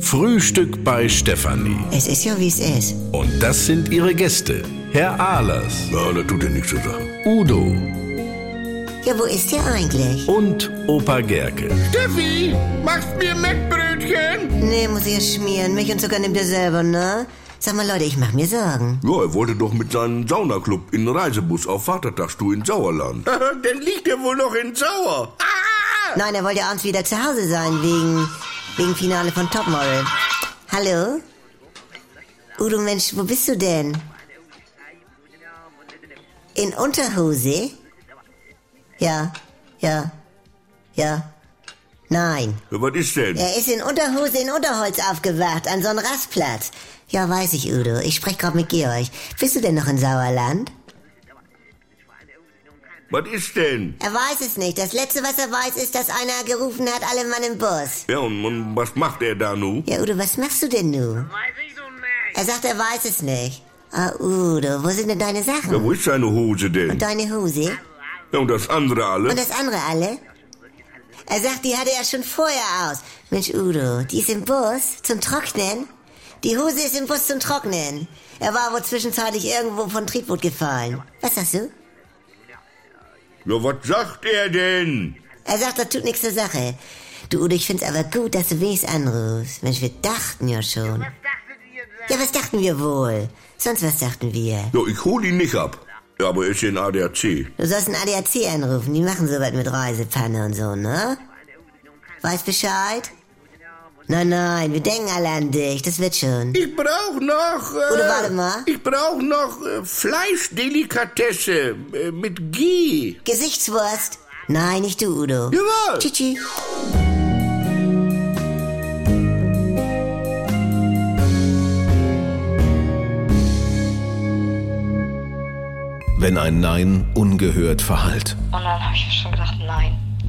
Frühstück bei Stefanie. Es ist ja, wie es ist. Und das sind ihre Gäste. Herr Ahlers, Ja, da tut er nichts zu sagen. Udo Ja, wo ist der eigentlich? und Opa Gerke. Steffi, machst mir Mettbrötchen? Nee, muss ich ja schmieren. Milch und Zucker nimmt ihr selber, ne? Sag mal, Leute, ich mach mir Sorgen. Ja, er wollte doch mit seinem Saunaclub in den Reisebus auf Vatertagstour in Sauerland. Dann liegt er wohl noch in Sauer. Ah! Nein, er wollte abends wieder zu Hause sein, wegen, wegen Finale von Topmodel. Hallo? Udo, Mensch, wo bist du denn? In Unterhose? Ja, ja, ja. Nein. Ja, was ist denn? Äh. Er ist in Unterhose in Unterholz aufgewacht, an so einem Rastplatz. Ja, weiß ich, Udo. Ich spreche gerade mit Georg. Bist du denn noch in Sauerland? Was ist denn? Er weiß es nicht. Das Letzte, was er weiß, ist, dass einer gerufen hat, alle Mann im Bus. Ja, und, und was macht er da nu? Ja, Udo, was machst du denn nun? Weiß ich so nicht. Er sagt, er weiß es nicht. Ah, Udo, wo sind denn deine Ja, Sachen? wo ist seine Hose denn? Deine Hose? Ja, und das andere Und alle? das andere alle? Er sagt, die hatte er schon vorher aus. Mensch, Udo, die ist im Bus zum Trocknen. Die Hose ist im Bus zum Trocknen. Er war wohl zwischenzeitlich irgendwo von Triebboot gefallen. Was sagst du? Ja, was sagt er denn? Er sagt, das tut nichts zur Sache. Du, Udo, ich find's aber gut, dass du wenigstens anrufst. Mensch, wir dachten ja schon. Was dachtet ihr denn? Ja, was dachten wir wohl? Sonst was dachten wir? Ja, ich hol ihn nicht ab. Ja, aber er ist in ADAC. Du sollst einen ADAC anrufen, die machen sowas mit Reisepanne und so, ne? Weiß Bescheid? Nein, nein, wir denken alle an dich, das wird schon. Ich brauch noch... Äh, Oder warte mal. Ich brauch noch äh, Fleischdelikatesse äh, mit G. Gesichtswurst? Nein, nicht du, Udo. Jawohl. Tschüssi. wenn ein Nein ungehört verhallt, Und dann habe ich mir schon gedacht, nein.